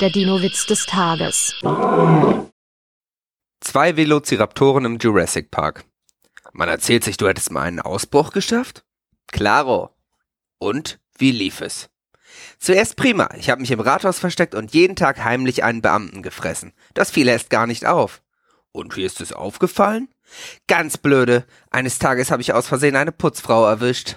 Der Dino-Witz des Tages. Zwei Velociraptoren im Jurassic Park. Man erzählt sich, du hättest mal einen Ausbruch geschafft? Claro. Und wie lief es? Zuerst prima, ich habe mich im Rathaus versteckt und jeden Tag heimlich einen Beamten gefressen. Das fiel erst gar nicht auf. Und wie ist es aufgefallen? Ganz blöde. Eines Tages habe ich aus Versehen eine Putzfrau erwischt.